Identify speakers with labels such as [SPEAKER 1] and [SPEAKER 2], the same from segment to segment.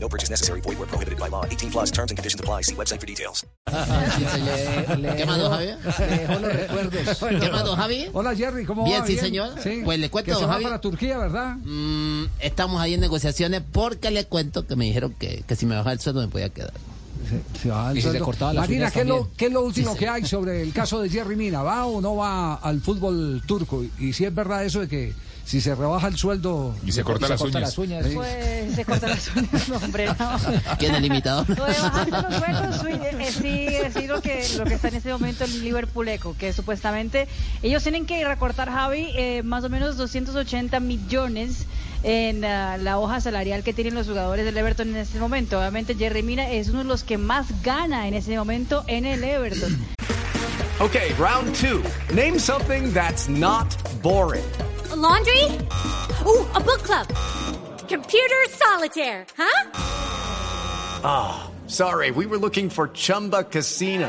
[SPEAKER 1] No purchase necessary. Void where prohibited by law. 18 plus terms and conditions apply. See website for details.
[SPEAKER 2] ¿Qué más, don Javier?
[SPEAKER 3] los recuerdos.
[SPEAKER 2] ¿Qué más, don Javi?
[SPEAKER 3] Hola Jerry, ¿cómo
[SPEAKER 2] Bien,
[SPEAKER 3] va?
[SPEAKER 2] sí, señor. Pues, le cuento,
[SPEAKER 3] que se
[SPEAKER 2] don
[SPEAKER 3] va
[SPEAKER 2] Javi.
[SPEAKER 3] para Turquía, ¿verdad?
[SPEAKER 2] Mm, estamos ahí en negociaciones porque le cuento que me dijeron que, que si me bajaba el sueldo me podía quedar.
[SPEAKER 3] Se, se va al
[SPEAKER 4] Y si se
[SPEAKER 3] sueldo.
[SPEAKER 4] cortaba las
[SPEAKER 3] Marina,
[SPEAKER 4] uñas
[SPEAKER 3] ¿qué es, lo,
[SPEAKER 4] también.
[SPEAKER 3] qué es lo último que hay sobre el caso de Jerry Mina? ¿Va o no va al fútbol turco? Y, y si es verdad eso de que si se rebaja el sueldo...
[SPEAKER 4] Y se corta las uñas.
[SPEAKER 5] Pues se corta las uñas, no, hombre, no.
[SPEAKER 2] ¿Quién es limitador?
[SPEAKER 5] Lo de bajarse los sueldos, sí, eh, sí, eh, sí, lo que, lo que está en este momento el Liverpool Eco, que supuestamente ellos tienen que recortar, Javi, eh, más o menos 280 millones en ah, la hoja salarial que tienen los jugadores del Everton en este momento. Obviamente Jerry Mina es uno de los que más gana en este momento en el Everton.
[SPEAKER 6] Okay, round two. Name something that's not boring.
[SPEAKER 7] laundry? Ooh, a book club. Computer solitaire, huh?
[SPEAKER 6] Sorry, we were looking for Chumba Casino.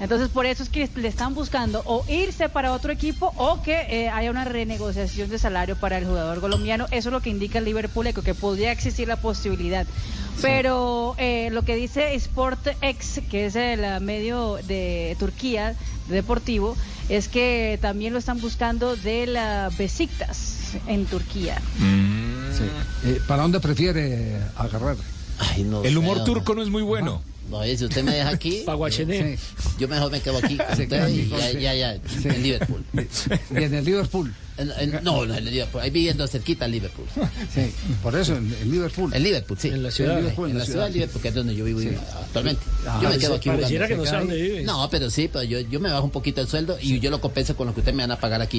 [SPEAKER 5] Entonces, por eso es que le están buscando o irse para otro equipo o que eh, haya una renegociación de salario para el jugador colombiano. Eso es lo que indica el Liverpool Eco, que podría existir la posibilidad. Pero eh, lo que dice SportX, que es el eh, medio de Turquía deportivo, es que también lo están buscando de la Besiktas en Turquía.
[SPEAKER 3] Sí. Eh, ¿Para dónde prefiere agarrar?
[SPEAKER 2] Ay, no
[SPEAKER 4] El
[SPEAKER 2] sé,
[SPEAKER 4] humor
[SPEAKER 2] don-
[SPEAKER 4] turco no es muy bueno.
[SPEAKER 2] No, oye, si usted me deja aquí,
[SPEAKER 4] Paguachené.
[SPEAKER 2] yo mejor me quedo aquí. con
[SPEAKER 3] Se queda
[SPEAKER 2] usted y
[SPEAKER 3] aquí,
[SPEAKER 2] ya,
[SPEAKER 3] sí.
[SPEAKER 2] ya, ya,
[SPEAKER 3] Sí.
[SPEAKER 2] en Liverpool.
[SPEAKER 3] Y en el Liverpool.
[SPEAKER 2] En- en- no, no, en el Liverpool. Ahí viviendo cerquita el Liverpool.
[SPEAKER 3] Sí, por eso, en, en Liverpool.
[SPEAKER 2] El Liverpool, sí. En
[SPEAKER 3] la ciudad de Liverpool,
[SPEAKER 2] En la ciudad de Liverpool, que es donde yo vivo y- actualmente. Yo me quedo aquí
[SPEAKER 3] pareciera
[SPEAKER 2] jugando.
[SPEAKER 3] que no sé dónde
[SPEAKER 4] vive.
[SPEAKER 2] No, pero sí, pero yo, yo me bajo un poquito el sueldo y yo lo compenso con lo que ustedes me van a pagar aquí.